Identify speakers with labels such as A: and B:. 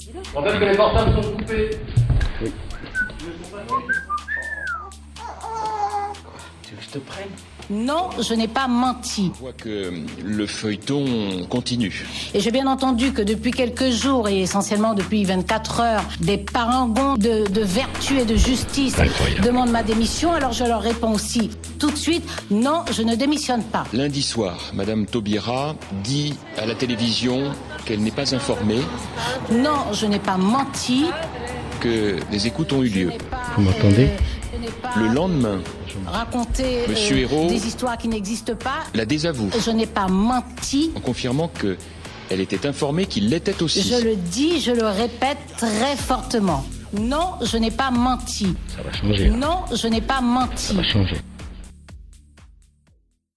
A: vigilants.
B: En fait, que les portables sont coupés.
C: Tu veux que je te prenne
A: Non, je n'ai pas menti.
D: On voit que le feuilleton continue.
A: Et j'ai bien entendu que depuis quelques jours, et essentiellement depuis 24 heures, des parangons de, de vertu et de justice
D: Incroyable.
A: demandent ma démission. Alors je leur réponds aussi tout de suite, non, je ne démissionne pas.
D: Lundi soir, Madame Taubira dit à la télévision qu'elle n'est pas informée
A: Non, je n'ai pas menti.
D: que des écoutes ont eu lieu.
A: Vous
C: m'entendez
D: Le lendemain,
A: Raconter euh,
D: Monsieur Hérault
A: des histoires qui n'existent pas.
D: la désavoue
A: Je n'ai pas menti.
D: en confirmant que elle était informée qu'il l'était aussi.
A: Je le dis, je le répète très fortement. Non, je n'ai pas menti.
C: Ça va changer. là.
A: Non, je n'ai pas menti.
C: Ça va changer.